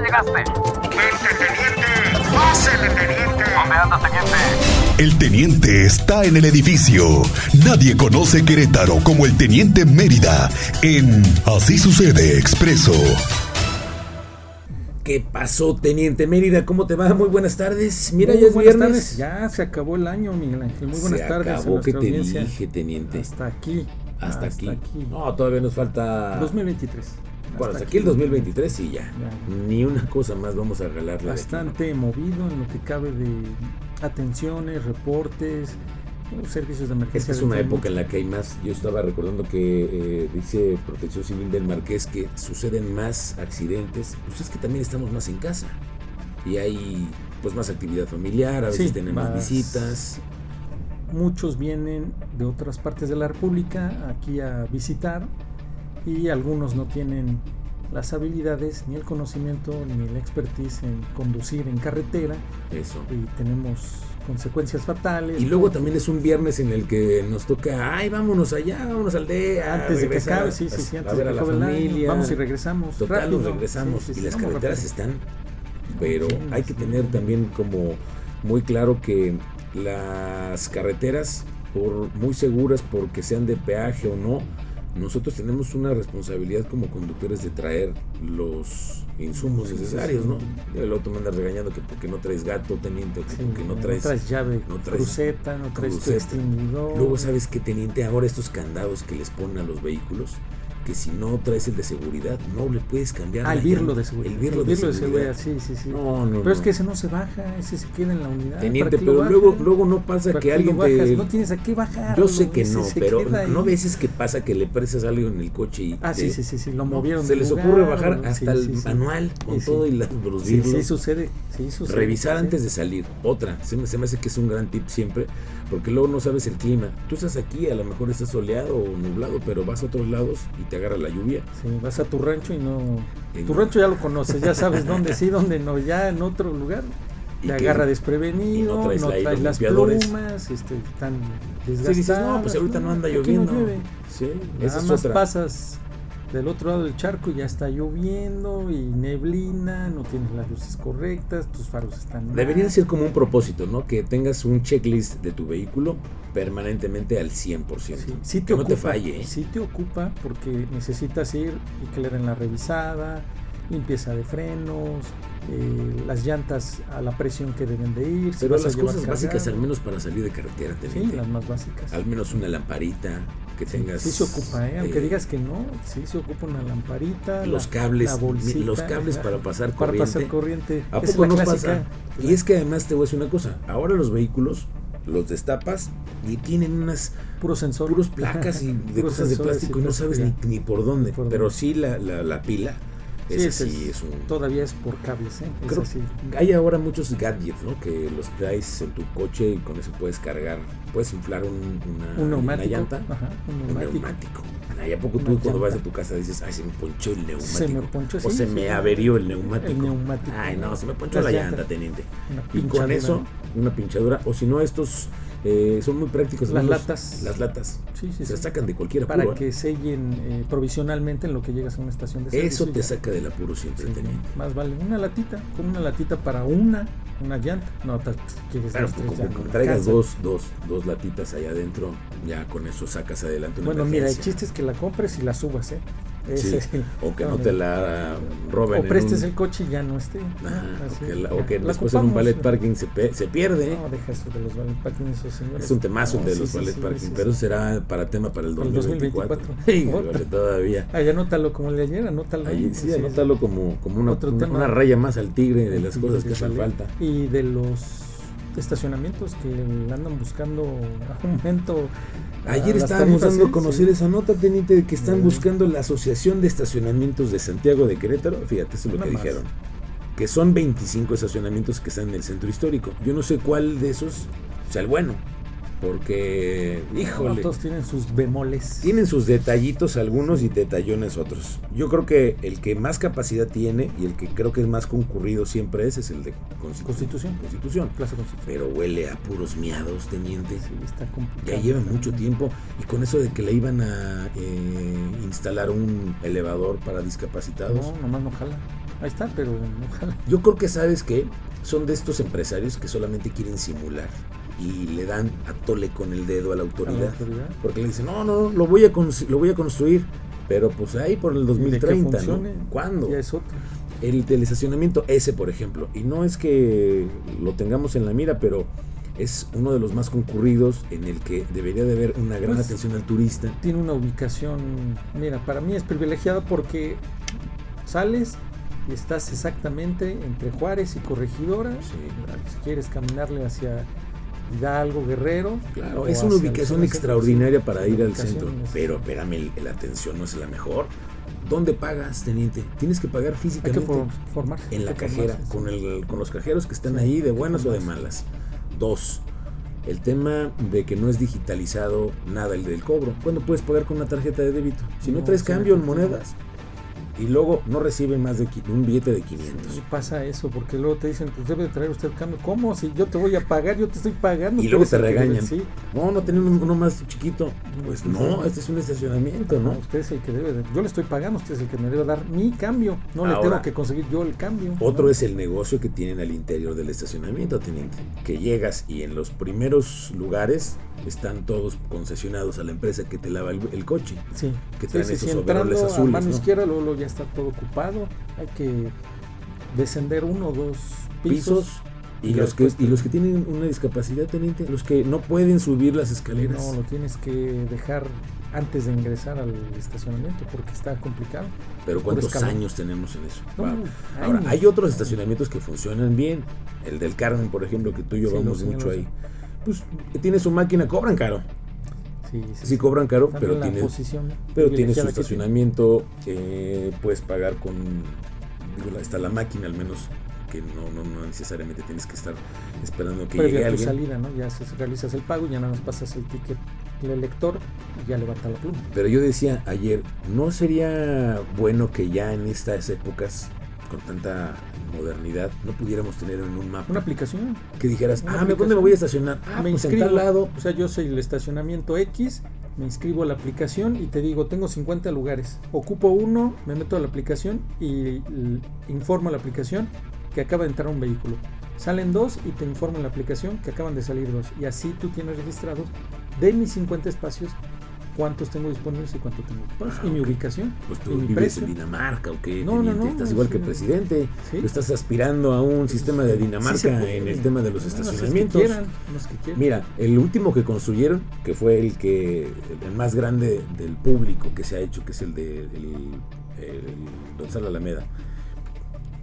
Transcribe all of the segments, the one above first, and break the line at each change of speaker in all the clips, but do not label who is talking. llegaste? ¡Vente, teniente! ¡Pásele, teniente! anda, teniente?
El teniente está en el edificio. Nadie conoce Querétaro como el teniente Mérida en Así sucede expreso.
¿Qué pasó, Teniente Mérida? ¿Cómo te va? Muy buenas tardes. Mira,
Muy
ya es
buenas
viernes.
tardes. Ya se acabó el año, Miguel Ángel. Muy buenas
Se
tardes. a
acabó que
nuestra
te
audiencia.
dije, Teniente. Hasta,
Hasta aquí.
aquí. No, todavía nos falta...
2023.
bueno, hasta aquí el 2023 y ya.
Ya.
Ni una cosa más vamos a regalar.
Bastante movido en lo que cabe de atenciones, reportes, servicios de
Es que
emergencia.
es
de
una
enfermos.
época en la que hay más. Yo estaba recordando que eh, dice Protección Civil del Marqués que suceden más accidentes. Pues es que también estamos más en casa. Y hay pues más actividad familiar, a veces
Sí,
tenemos
más-
visitas.
Muchos vienen de otras partes de la República aquí a visitar y algunos no tienen las habilidades, ni el conocimiento, ni la expertise en conducir en carretera
Eso.
y tenemos consecuencias fatales.
Y luego también es un viernes en el que nos toca, ay, vámonos allá, vámonos al DEA.
antes de que
regresar
acabe,
a-
sí, sí, sí,
a
antes de
ver
que
a la
acabe el año,
familia.
Vamos y regresamos.
Total,
rápido.
nos regresamos
Sí, sí,
y las
vamos
carreteras
rápido.
están, pero
Llenas,
hay que tener
llenas.
también como muy claro que las carreteras, por muy seguras porque sean de peaje o no, nosotros tenemos una responsabilidad como conductores de traer los insumos necesarios, ¿no? El otro me anda regañando que porque no traes gato, teniente, que
Sí,
porque no traes...
llave,
no
no
traes
cruceta, no traes tu
cruceta.
extinguidor.
Luego, ¿sabes qué, teniente? Ahora estos candados que les ponen a los vehículos, que si no traes el de seguridad, no le puedes cambiar.
Ah, el
la
birlo
llanta.
de seguridad.
El birlo, de, seguridad.
sí, sí, sí.
No, no,
pero es
no.
que ese no se baja, ese se queda en la unidad.
Ah, Teniente,
¿para qué lo
pero
bajan?
luego, luego no pasa
¿Para
que
qué
alguien
lo bajas?
te...
No tienes a qué bajar.
Yo sé que no, pero no
ves
veces que pasa que le prestas algo en el coche y
Ah,
te-
sí, sí, sí, sí, lo
no,
movieron.
Se
de
les
lugar,
ocurre bajar
o-
hasta
sí,
el
sí, sí.
manual con
Sí,
todo
sí.
y las, los
Sí, sí,
birlos.
sucede. Pues Sí, sucede.
Revisar
sí.
antes de salir. Otra, se me, se me hace que es un gran tip siempre, porque luego no sabes el clima. Tú estás aquí, a lo mejor estás soleado o nublado, pero vas a otros lados y te agarra la lluvia.
Sí, vas a tu rancho y no.
Y
tu
no.
rancho ya lo conoces, ya sabes dónde sí, dónde no. Ya en otro lugar
Y
te
que-
agarra
y
desprevenido,
no
no
traes
traes,
la- los
las
limpiadores.
plumas, este, están
Sí,
desgastadas.
dices, no, pues ahorita no anda
aquí
lloviendo.
No llueve.
Sí, esa
Nada
es
más
otra.
pasas del otro lado del charco y ya está lloviendo y neblina, no tienes las luces correctas, tus faros están. mal.
Debería ser como un propósito, ¿no? Que tengas un checklist de tu vehículo permanentemente al 100%.
Sí, sí te
que no te
ocupa,
falle. ¿eh?
Sí te ocupa porque necesitas ir y que le den la revisada, limpieza de frenos, eh, las llantas a la presión que deben de ir. si
Pero
vas a
las
llevar
cosas básicas,
cargado.
al menos para salir de carretera, te
Sí, las más básicas.
Al menos una lamparita que tengas.
Sí se ocupa, ¿eh? aunque
eh,
digas que no, sí se ocupa una lamparita,
los
la-
cables,
la
mi-
bolsita,
los cables para pasar
para
corriente.
pasar corriente.
¿A
Esa
poco
es
no
la
pasa?
clásica.
Y es que además te voy a decir una cosa. Ahora los vehículos los destapas y tienen unas
puro sensor,
puros placas y de
Puros
cosas de
sensores
plástico y no sabes ni,
plástico,
ni por dónde.
Por
Pero
dónde.
sí la, la, la pila.
ya.
esa
ese
sí es un...
todavía es por cables, ¿eh? Esa
Creo-
sí.
Hay ahora muchos gadgets, ¿no? Que los traes en tu coche y con eso puedes cargar, puedes inflar un- una,
un
una
neumático,
llanta.
ajá, un
Un
neumático.
neumático. Ay, ¿a poco
Una
tú cuando vas a
llanta.
tu casa dices, ay, se me ponchó el neumático?
Se me ponchó,
O
sí,
se
sí,
me
sí.
averió el neumático.
El neumático.
Ay, no, se me ponchó
Las
la llanta,
llantas.
teniente.
Una
Y con
pinchadura.
eso, una pinchadura. O si no, estos eh, son muy prácticos.
Las
¿no? Los-
latas.
Las latas.
Sí, sí,
se
sí.
sacan de cualquier apuro.
para
¿eh?
que sellen eh, provisionalmente en lo que llegas a una estación de servicio.
Eso te
ya.
saca del apuro siempre,
Sí,
teniente.
Más vale una latita, con una latita para una, una llanta. No, ta- quieres
Claro,
dos,
pues,
tres,
como,
ya
como
no
traigas
alcanza.
dos, dos, dos latitas allá adentro, ya con eso sacas adelante una
Bueno, mira, el
emergencia.
chiste es que la compres y la subas, ¿eh?
Sí,
Ese sí.
O que no,
No,
te
no.
la roben.
O prestes
en un-
el coche y ya no esté. ¿no?
Ajá,
Así
o que,
es,
Ah, la-
ya.
o que
La
después en un
ocupamos,
ballet
¿no?
parking se, pe- se pierde. ¿eh?
No, deja eso de los ballet parking, esos señores.
es un temazo el
No,
de
sí,
los
sí,
ballet
sí,
parking,
sí, sí.
pero será para tema para el
Para el
2024.
2024.
Sí,
Otra.
vale, todavía.
Ay, Ah, anótalo como el de ayer, anótalo.
Ahí, sí,
Así es.
anótalo como, como una,
Otro
una-
tema.
una raya más al tigre de las
Sí,
cosas
sí,
que hacen
vale.
falta.
Y de los estacionamientos que andan buscando aumento. a
Ayer
las
estábamos
tarifas,
dando a
¿sí?
conocer
Sí.
esa nota, teniente, de que están
Mm.
buscando la Asociación de Estacionamientos de Santiago de Querétaro. Fíjate, eso es lo
Nada
que
más.
dijeron. Que son 25 estacionamientos que están en el centro histórico. Yo no sé cuál de esos sea el bueno. Porque, híjole.
Todos tienen sus bemoles.
Tienen sus detallitos algunos y detallones otros. Yo creo que el que más capacidad tiene y el que creo que es más concurrido siempre es, es el de Constitución.
Constitución. pues,
Constitución.
Plaza Constitución.
Pero huele a puros miados, teniente.
Sí, está complicado.
Ya lleva mucho tiempo. Y con eso de que le iban a eh, instalar un elevador para discapacitados.
No, nomás no jala. Ahí está, pero no jala.
Yo creo que sabes que son de estos empresarios que solamente quieren simular y le dan a tole con el dedo a la autoridad. ¿A la autoridad? Porque le dicen, no, no, lo voy a, lo voy a construir, pero pues ahí por el 2030, funcione, ¿no? ¿Cuándo?
Ya es otro.
El del estacionamiento ese, por ejemplo, y no es que lo tengamos en la mira, pero es uno de los más concurridos en el que debería de haber una gran pues, atención al turista.
Tiene una ubicación, mira, para mí es privilegiada porque sales y estás exactamente entre Juárez y Corregidora. Sí. Si quieres caminarle hacia Hidalgo, Guerrero.
Claro, es una ubicación extraordinaria para ir al centro. Pero espérame, la atención no es la mejor. ¿Dónde pagas, teniente? Tienes que pagar físicamente.
Hay que formarse,
en la
que
cajera,
formarse,
con, el, con los cajeros que están sí, ahí, de buenas o de malas. Dos, el tema de que no es digitalizado nada el del cobro. ¿Cuándo puedes pagar con una tarjeta de débito? Si no, no traes cambio en monedas, y luego no reciben más de un billete de 500.
Y pasa eso, porque luego te dicen, pues debe de traer usted cambio. ¿Cómo? Si yo te voy a pagar, yo te estoy pagando.
Y luego te regañan. Sí. No, no tenemos uno más chiquito. Pues no, este es un estacionamiento, ¿no? ¿no?
Usted es el que debe de, Yo le estoy pagando, usted es el que me debe dar mi cambio. No Ahora, le tengo que conseguir yo el cambio.
Otro
¿no?
es el negocio que tienen al interior del estacionamiento, teniente. Que llegas y en los primeros lugares están todos concesionados a la empresa que te lava el, el coche.
Sí.
Que
traen sí, sí, esos si azules. A mano ¿no? izquierda, luego, luego ya está todo ocupado. Hay que descender uno o dos pisos. pisos
y, y los que, te... y los que tienen una discapacidad, teniente, los que no pueden subir las escaleras.
No, lo tienes que dejar antes de ingresar al estacionamiento porque está complicado.
Pero ¿cuántos años tenemos en eso? No, wow. Ahora, años. hay otros estacionamientos que funcionan bien. El del Carmen, por ejemplo, que tú y yo sí, vamos mucho no sé. ahí. Pues tiene su máquina, cobran caro.
Sí, sí,
sí, cobran caro, pero tiene, pero tiene su estacionamiento, eh, puedes pagar con, digo, está la máquina al menos, que no, no, no necesariamente tienes que estar esperando que
pero
llegue
ya
alguien.
tu salida, ¿no? Ya realizas el pago, ya nada más pasas el ticket el lector y ya levanta la pluma.
Pero yo decía ayer, ¿no sería bueno que ya en estas épocas con tanta modernidad, no pudiéramos tener en un mapa.
Una aplicación.
Que dijeras, ah, ¿dónde me voy a estacionar? Ah, me pues inscribo. En tal lado.
O sea, yo soy el estacionamiento X, me inscribo a la aplicación y te digo, tengo 50 lugares. Ocupo uno, me meto a la aplicación y informo a la aplicación que acaba de entrar un vehículo. Salen dos y te informo en la aplicación que acaban de salir dos. Y así tú tienes registrados de mis 50 espacios cuántos tengo disponibles y cuánto tengo disponibles. Ah, y okay. mi ubicación.
Pues tú
y mi
vives precio. en Dinamarca, ¿o okay, no, no, no, estás igual sí, que presidente. ¿Sí? Estás aspirando a un sistema de Dinamarca sí en el tema de los estacionamientos.
Los que quieran, los que quieran.
Mira, el último que construyeron, que fue el que el más grande del público que se ha hecho, que es el de el, el Gonzalo Alameda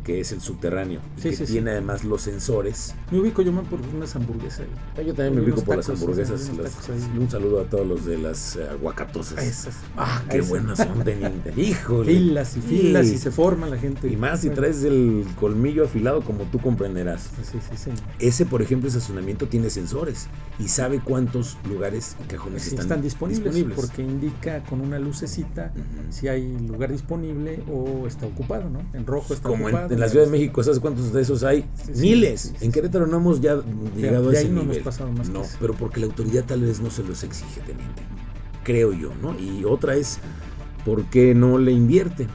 que es el subterráneo, sí, que sí, tiene sí. además los sensores.
Me ubico yo más por unas hamburguesas.
Ahí. Yo también me ubico por tacos, las hamburguesas. Las, un saludo a todos los de las uh, aguacatosas.
Esas.
Ah, qué Esas. buenas son, teniente. Híjole.
Filas y filas y se forma la gente.
Y más si traes el colmillo afilado, como tú comprenderás.
pues Sí, sí, sí.
Ese, por ejemplo, estacionamiento tiene sensores y sabe cuántos lugares y cajones están,
están disponibles, disponibles, Porque indica con una lucecita uh -huh. si hay lugar disponible o está ocupado, ¿no? En rojo está
como
ocupado. este,
En, en la Ciudad de México, ¿sabes cuántos de esos hay? Sí, sí, Miles. Sí, en Querétaro no hemos ya llegado
de
a ese
ahí no
nivel.
Hemos pasado más
no, pero porque la autoridad tal vez no se los exige, teniente. Creo yo, ¿no? Y otra es, ¿por qué no le invierten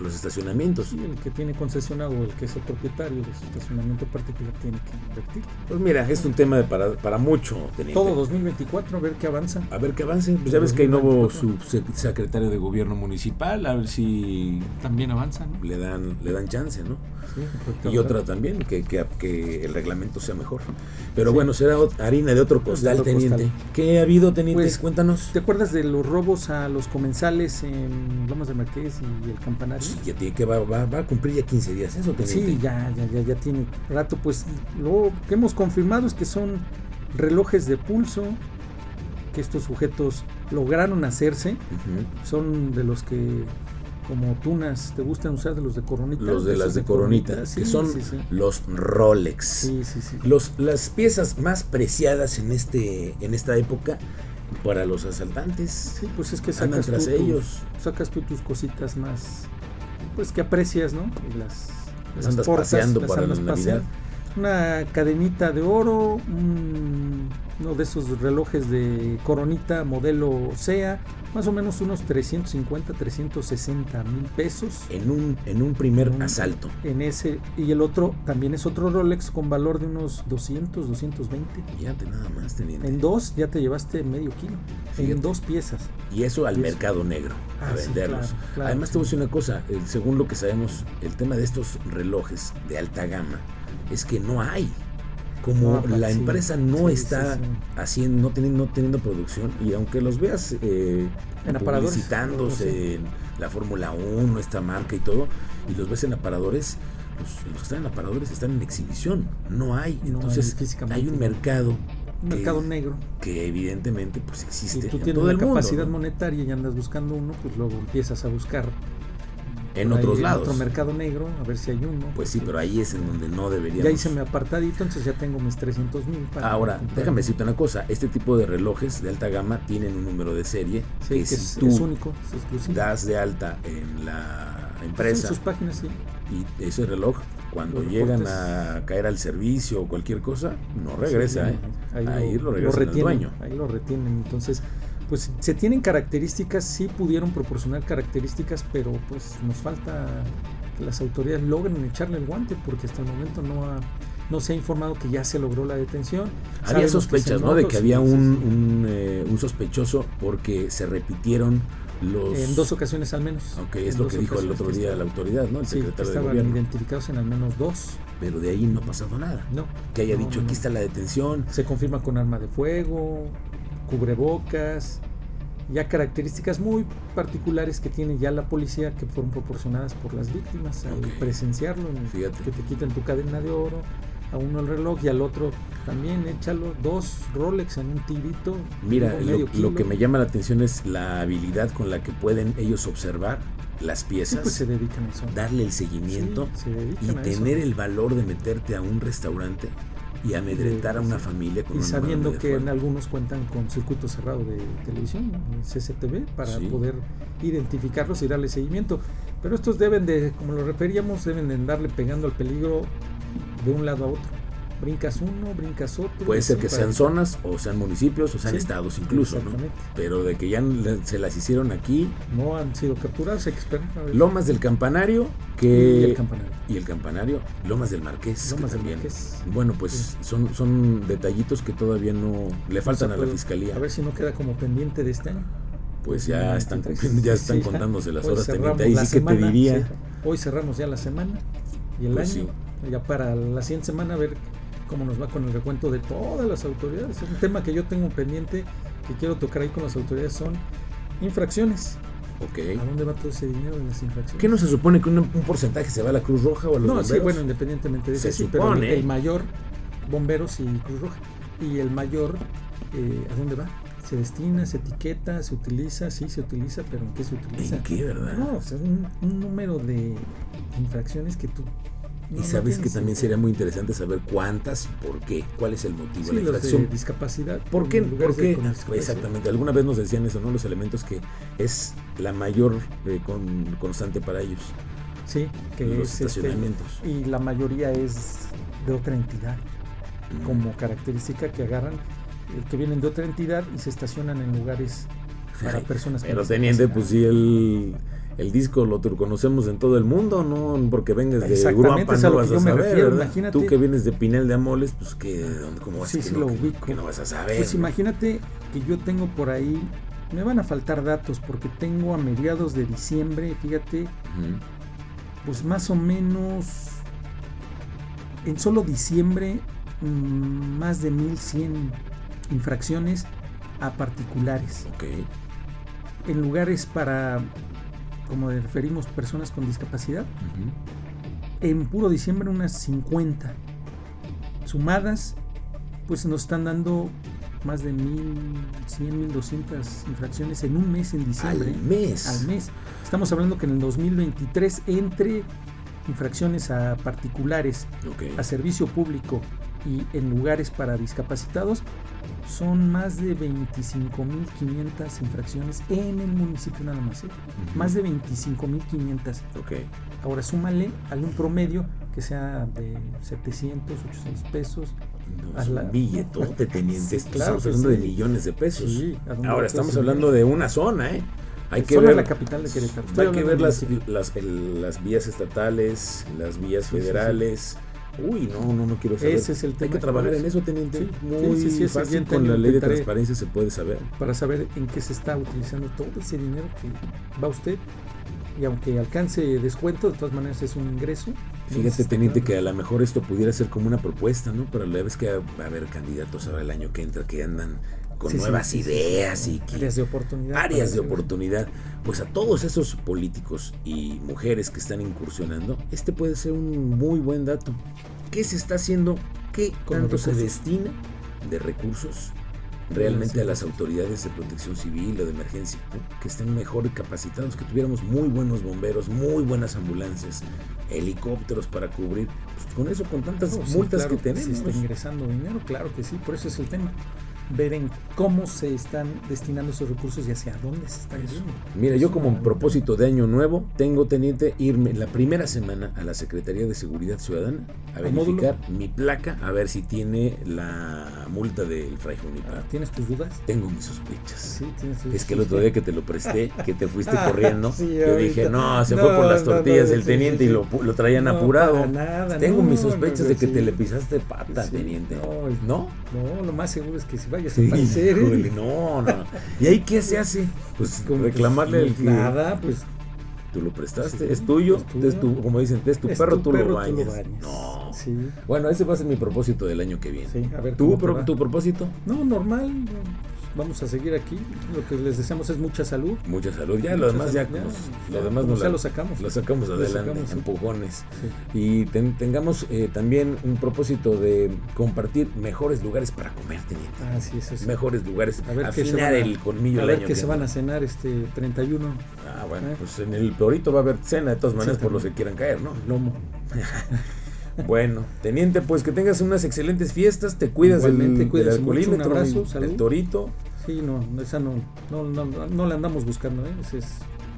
los estacionamientos?
el que tiene concesionado o el que es el propietario de su estacionamiento particular tiene que invertir.
Pues mira, es un tema de para, para mucho, teniente.
Todo 2024, a ver qué avanza.
A ver qué avance. Pues ya ves que hay nuevo subsecretario de gobierno municipal, a ver si...
También avanza, ¿no?
Le dan, le dan chance, ¿no? Sí, y otra también, que, que, que, el reglamento sea mejor. Pero sí. bueno, será harina de otro costal, de otro teniente. Costal. ¿Qué ha habido, teniente? Pues, Cuéntanos.
¿Te acuerdas de los robos a los comensales en Lomas del Marqués y el Campanario?
Sí, ya tiene que va, va, va, a cumplir ya 15 días eso, teniente.
Sí, ya, ya, ya, ya tiene rato. Pues lo que hemos confirmado es que son relojes de pulso que estos sujetos lograron hacerse. Uh -huh. Son de los que como tunas, ¿te gustan usar de los de coronita?
Los de las de coronita, que
Sí,
son
sí, sí.
los Rolex.
Sí, sí, sí.
Los, las piezas más preciadas en, este, en esta época para los asaltantes.
Sí, pues es que
Andan
sacas tú,
tras
tus-
ellos.
sacas tú tus cositas más, pues que aprecias, ¿no? Y las,
Las andas paseando para la Navidad.
Una cadenita de oro, un- uno de esos relojes de coronita modelo SEA, más o menos unos 350, 360 mil pesos
En un, en un primer
En un-
asalto.
en ese. Y el otro también es otro Rolex con valor de unos 200, 220.
Fíjate nada más, teniente.
En dos ya te llevaste medio kilo,
Fíjate.
en dos piezas.
Y eso al
Y eso.
mercado negro, a
Ah, sí,
venderlos.
claro, claro,
Además,
sí.
te voy a decir una cosa: eh, según lo que sabemos, el tema de estos relojes de alta gama es que no hay. Como
No, pa-
la
sí,
empresa no
sí,
está
sí, sí.
haciendo, no teniendo, no teniendo producción, y aunque los veas eh,
En aparadores,
publicitándose
sí.
en la Fórmula 1, esta marca y todo, y los ves en aparadores, los, los que están en aparadores están en exhibición, no hay.
No hay
Entonces, hay,
físicamente.
un mercado.
Un
que-
mercado negro.
que evidentemente pues
Si
existe
tú
en
tienes
todo
la
el mundo,
capacidad
¿no?
monetaria y andas buscando uno, pues luego empiezas a buscar
en
por ahí
otros lados.
otro mercado negro, a ver si hay uno.
Pues sí, pero ahí es en donde no deberíamos.
Ya hice mi apartadito, entonces ya tengo mis 300 mil.
Ahora, déjame decirte una cosa, este tipo de relojes de alta gama tienen un número de serie
Sí,
que,
que
si
es,
tú
es único, es exclusivo.
das de alta en la
Sí, en
empresa
sus páginas, sí.
y ese reloj cuando
Los
llegan
reportes.
a caer al servicio o cualquier cosa, no regresa,
Sí,
¿eh?
Ahí,
Ahí lo
lo,
regresa el
retienen.
dueño.
Ahí lo retienen. Entonces, pues se tienen características, sí pudieron proporcionar características, pero pues nos falta que las autoridades logren echarle el guante, porque hasta el momento no ha- no se ha informado que ya se logró la detención. Sabemos
Había
que
sospechas,
se
¿no? De
notó,
que había
sí, sí,
un,
sí.
un, eh, un sospechoso porque se repitieron los...
En dos ocasiones al menos.
Ok,
En
es lo
dos
que dijo el
ocasiones
otro
que
día
estaban-
la autoridad, ¿no? El
sí, que
secretario de
estaban
gobierno.
identificados en al menos dos.
Pero de ahí no ha pasado nada.
No.
Que haya
No,
dicho,
no,
aquí
no.
está la detención.
Se confirma con arma de fuego, cubrebocas, ya características muy particulares que tiene ya la policía que fueron proporcionadas por las víctimas al
Ok.
presenciarlo, en-
Fíjate.
que te quiten tu cadena de oro, a uno el reloj y al otro también échalo dos Rolex en un tirito.
Mira,
uno
lo,
medio
lo
kilo.
que me llama la atención es la habilidad con la que pueden ellos observar las
Sí,
piezas,
pues se dedican a eso.
darle el seguimiento
Sí, se dedican
y
a eso.
tener el valor de meterte a un restaurante y amedrentar a
Sí,
una
sí.
familia con
Y
una
sabiendo
arma de
que en
fuego.
algunos cuentan con circuito cerrado de televisión, CCTV, para
Sí.
poder identificarlos y darle seguimiento. Pero estos deben de, como lo referíamos, deben de andarle pegando al peligro de un lado a otro. Brincas uno, brincas otro.
Puede ser
así
que
para
sean
evitar-
zonas, o sean municipios, o sean
Sí,
estados incluso, ¿no?
exactamente.
Pero de que ya le- se las hicieron aquí,
No han sido capturados, hay que esperar. a ver.
Lomas del Campanario, que...
Pues y el campanario.
Y el campanario, Lomas del Marqués.
Lomas
que
del
también,
Marqués.
Bueno, pues son, son detallitos que todavía no le faltan
O sea,
a la
pero
fiscalía.
A ver si no queda como pendiente de este año.
pues ya están,
23.
cumpliendo- ya están
Sí, ya.
contándose las
Hoy
horas,
cerramos
teniente. Ahí
la
sí que te
semana,
diría.
sí. Hoy cerramos ya la semana y el
Pues
año. Ya para la siguiente semana a ver cómo nos va con el recuento de todas las autoridades. Un tema que yo tengo pendiente que quiero tocar ahí con las autoridades son infracciones. ¿A
Ok.
dónde va todo ese dinero de las infracciones?
¿Qué no se supone que un, un porcentaje se va a la Cruz Roja o a los
no,
bomberos?
sí, bueno, independientemente de eso,
Se
sí, pero
supone.
el, el mayor, bomberos y Cruz Roja. Y el mayor, eh, ¿a dónde va? Se destina, se etiqueta, se utiliza, sí, se utiliza, pero ¿en qué se utiliza?
¿En qué, verdad?
No, o sea, un, un número de infracciones que tú. no-
y
no
sabes que
tienes.
también sería muy interesante saber cuántas y por qué. ¿Cuál es el motivo
Sí,
de la
los de
infracción?
discapacidad.
¿Por qué?
en lugares
¿Por qué?
de- con
Ah,
discapacidad.
Exactamente. Alguna vez nos decían eso, ¿no? Los elementos que es la mayor eh, con- constante para ellos.
Sí, que
los
es, este,
estacionamientos.
y la mayoría es de otra entidad. como característica que agarran, eh, que vienen de otra entidad y se estacionan en lugares para personas con
Pero teniente,
discapacidad.
pues sí, el, el disco lo tur- conocemos en todo el mundo, ¿no? Porque vengas de
Exactamente,
Gruapa
es a
no
lo
vas
que yo
a
me
saber,
refiero,
¿verdad?
imagínate.
Tú que vienes de Pinal de Amoles, pues que, ¿dónde- ¿cómo vas
Sí,
que,
sí,
no,
lo
que-
ubico.
que no vas a saber?
Pues
no?
imagínate que yo tengo por ahí, me van a faltar datos porque tengo a mediados de diciembre, fíjate,
Ujú.
pues más o menos en solo diciembre mm, más de 1100 infracciones a particulares
Ok,
en lugares para como referimos personas con discapacidad
ujú.
en puro diciembre unas 50 sumadas, pues nos están dando más de 1.100, 1.200 infracciones en un mes en diciembre.
Al mes.
Al mes. Estamos hablando que en el 2023 entre infracciones a particulares,
Ok.
a servicio público y en lugares para discapacitados son más de 25.500 infracciones en el municipio nada más. ¿eh?
Ujú.
Más de 25.500.
Ok.
Ahora súmale algún promedio que sea de 700, 800 pesos.
No,
A
es
la-
un billetote, teniente.
Sí,
Estamos
claro que
hablando de
sí.
millones de pesos.
Sí, ¿a dónde
Ahora
vas a
estamos
hacer?
hablando de una zona, ¿eh? Hay que
Zona
ver
de la capital de Querétaro. Estoy
Hay que
hablando
ver
de
las, las, el- las vías estatales, las vías
Sí, sí, sí.
federales. Uy, no, no, no quiero saber.
Ese es el
Hay
tema.
que trabajar en eso, teniente.
Sí,
Muy
sí, sí, sí, es
fácil.
evidente,
Con la ley de
intentaré-
transparencia se puede saber.
para saber en qué se está utilizando todo ese dinero que va usted. Y aunque alcance descuento, de todas maneras es un ingreso.
Fíjate, Teniente, que a lo mejor esto pudiera ser como una propuesta, ¿no? Para la vez que va a haber candidatos ahora el año que entra que andan con
Sí, sí,
nuevas
sí, sí,
ideas y que-
áreas de oportunidad.
áreas de
para-
oportunidad. Pues a todos esos políticos y mujeres que están incursionando, este puede ser un muy buen dato. ¿Qué se está haciendo? ¿Qué
Con
tanto se
recursos.
destina de recursos realmente
Sí.
a las autoridades de protección civil o de emergencia? ¿no? Que estén mejor capacitados, que tuviéramos muy buenos bomberos, muy buenas ambulancias, helicópteros para cubrir. Pues con eso, con tantas
No, sí,
multas
claro
que
sí
tenemos.
está ingresando dinero, claro que sí, por eso es el tema. Ver en cómo se están destinando esos recursos y hacia dónde se están yendo.
Mira, yo
Es
como
fundamental.
propósito de año nuevo, tengo teniente irme la primera semana a la Secretaría de Seguridad Ciudadana a
¿Al
verificar mi placa, a ver si tiene la multa del Fray Juniper.
¿Tienes tus dudas?
Tengo mis sospechas.
Sí, tienes tus
Es que el otro día que te lo presté, que te fuiste corriendo,
Sí,
yo dije,
ahorita.
no, se
No,
fue por las
no, no,
tortillas del
sí,
teniente
sí,
y lo,
sí.
lo traían
No,
apurado.
para nada,
Tengo
no,
mis sospechas
no,
de que
sí.
te le pisaste pata,
Sí,
teniente.
no, el-
¿No?
No, lo más seguro es que si vayas
Sí,
a aparecer. ¿eh?
híjole, no, no. ¿Y ahí qué se hace? Pues
Como, pues,
reclamarle al que-
Nada, pues
Tú lo prestaste,
Sí,
es tuyo,
es tuyo.
es tu- como dicen, es tu
es
perro,
tu
tú,
perro,
lo bañas. No.
No. Sí,
Bueno, ese va a ser mi propósito del año que viene.
sí, a ver.
¿Tú,
cómo te
pro-
va.
¿Tu propósito?
No, normal. no, Vamos a seguir aquí. Lo que les deseamos es mucha salud.
Mucha salud. Ya, lo
Mucha
demás ya,
salud, ya,
nos-
ya,
lo demás
como
nos
sea,
la-
lo sacamos.
Lo sacamos
Lo
adelante,
sacamos, sí.
empujones.
Sí.
Y ten- tengamos eh, también un propósito de compartir mejores lugares para comer, teniente.
Ah, sí, eso sí.
Mejores lugares.
A ver qué se
afinar
van a-
el colmillo
a
el
ver
año
que se van a
entra.
cenar este 31
Ah, bueno,
¿eh?
pues en el Torito va a haber cena de todas maneras por los que
también.
quieran caer, ¿no?
lomo.
Bueno, teniente, pues que tengas unas excelentes fiestas, te cuidas del-
Igualmente,
del,
cuídense mucho, un
alcoholímetro,
abrazo,
el-
salud.
el torito,
Sí, no, esa no, no, no, no la andamos buscando, ¿eh? Ese es,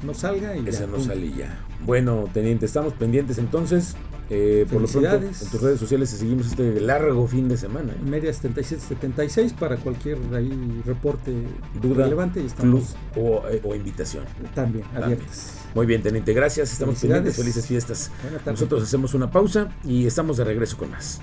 no salga y
esa
ya,
no
punto.
salía. Bueno, teniente, estamos pendientes entonces. eh, por lo pronto, en
Felicidades.
tus redes sociales te seguimos este largo fin de semana. ¿eh?
Media 7776 para cualquier ahí reporte
Duda,
relevante y estamos
Plus o, eh, o invitación.
también abiertos.
Muy bien, teniente, gracias. Estamos pendientes.
Felicidades.
Felices fiestas.
Buena tarde.
Nosotros hacemos una pausa y estamos de regreso con más.